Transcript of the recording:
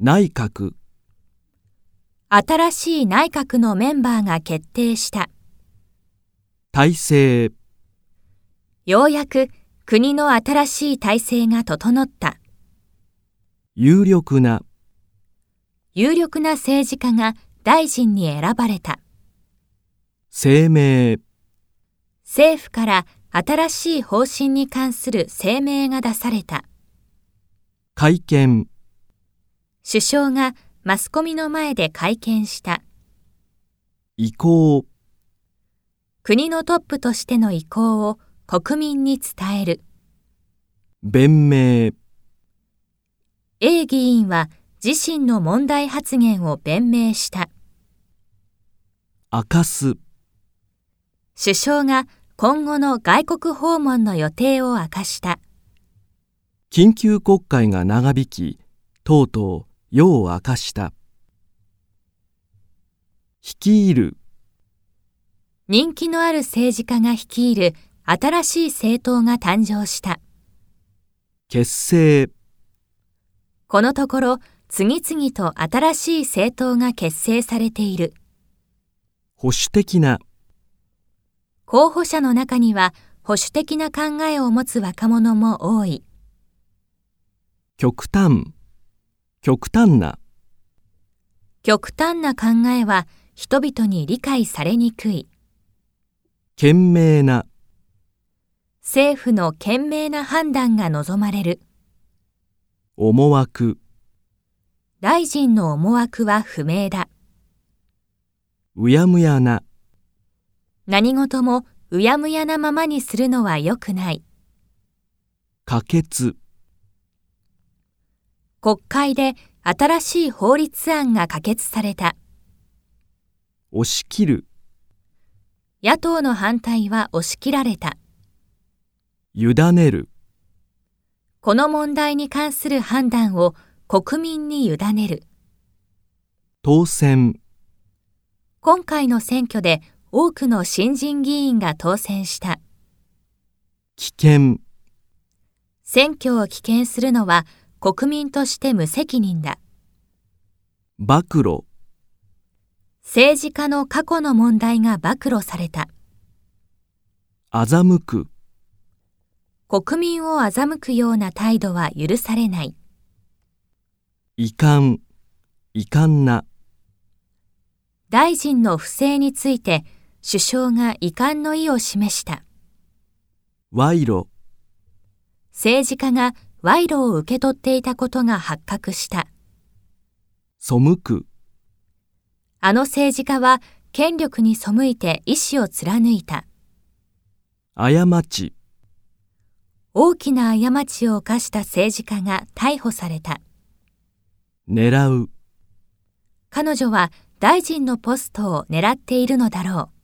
内閣、新しい内閣のメンバーが決定した。体制、ようやく国の新しい体制が整った。有力な、有力な政治家が大臣に選ばれた。声明、政府から新しい方針に関する声明が出された。会見、首相がマスコミの前で会見した。移行、国のトップとしての意向を国民に伝える。弁明、 A 議員は自身の問題発言を弁明した。明かす、首相が今後の外国訪問の予定を明かした。緊急国会が長引き、とうとう夜を明かした。率いる、人気のある政治家が率いる新しい政党が誕生した。結成、このところ次々と新しい政党が結成されている。保守的な、候補者の中には保守的な考えを持つ若者も多い。極端、極端な、極端な考えは人々に理解されにくい。賢明な、政府の賢明な判断が望まれる。思惑、大臣の思惑は不明だ。うやむやな、何事もうやむやなままにするのは良くない。可決、国会で新しい法律案が可決された。押し切る、野党の反対は押し切られた。委ねる、この問題に関する判断を国民に委ねる。当選、今回の選挙で多くの新人議員が当選した。危険、選挙を棄権するのは国民として無責任だ。暴露、政治家の過去の問題が暴露された。欺く、国民を欺くような態度は許されない。遺憾、遺憾な、大臣の不正について首相が遺憾の意を示した。賄賂、政治家が賄賂を受け取っていたことが発覚した。背く、あの政治家は権力に背いて意志を貫いた。過ち、大きな過ちを犯した政治家が逮捕された。狙う。彼女は大臣のポストを狙っているのだろう。